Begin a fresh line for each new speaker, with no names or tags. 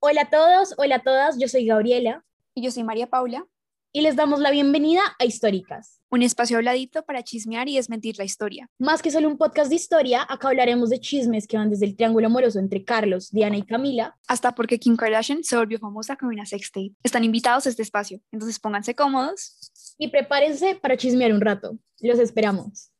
Hola a todos, hola a todas, yo soy Gabriela
Y yo soy María Paula,
y les damos la bienvenida a Históricas.
un espacio habladito para chismear y desmentir la historia.
Más que solo un podcast de historia, acá hablaremos de chismes que van desde el triángulo amoroso entre Carlos, Diana y Camila.
Hasta porque Kim Kardashian se volvió famosa con una sextape. Están invitados a este espacio, entonces pónganse cómodos.
Y prepárense para chismear un rato. Los esperamos.